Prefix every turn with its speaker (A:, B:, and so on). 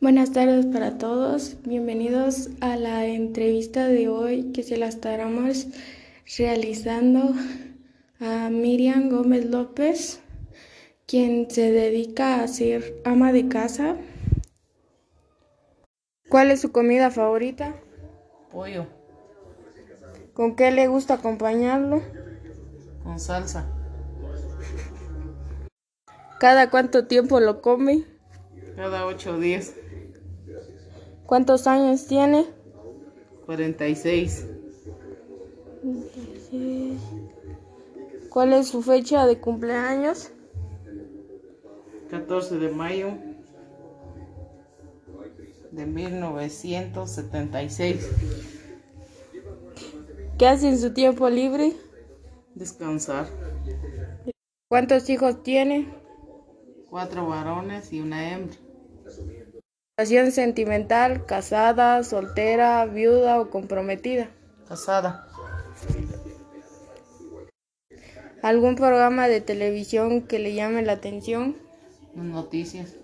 A: Buenas tardes para todos. Bienvenidos a la entrevista de hoy que se la estaremos realizando a Miriam Gómez López, quien se dedica a ser ama de casa. ¿Cuál es su comida favorita?
B: Pollo
A: ¿Con qué le gusta acompañarlo?
B: con salsa
A: ¿Cada cuánto tiempo lo come?
B: cada 8 o 10,
A: ¿Cuántos años tiene?
B: 46,
A: ¿Cuál es su fecha de cumpleaños?
B: 14 de mayo de 1976.
A: ¿Qué hace en su tiempo libre?
B: Descansar.
A: ¿Cuántos hijos tiene?
B: Cuatro varones y una hembra.
A: Relación sentimental, casada, soltera, viuda o comprometida.
B: Casada.
A: ¿Algún programa de televisión que le llame la atención?
B: Noticias.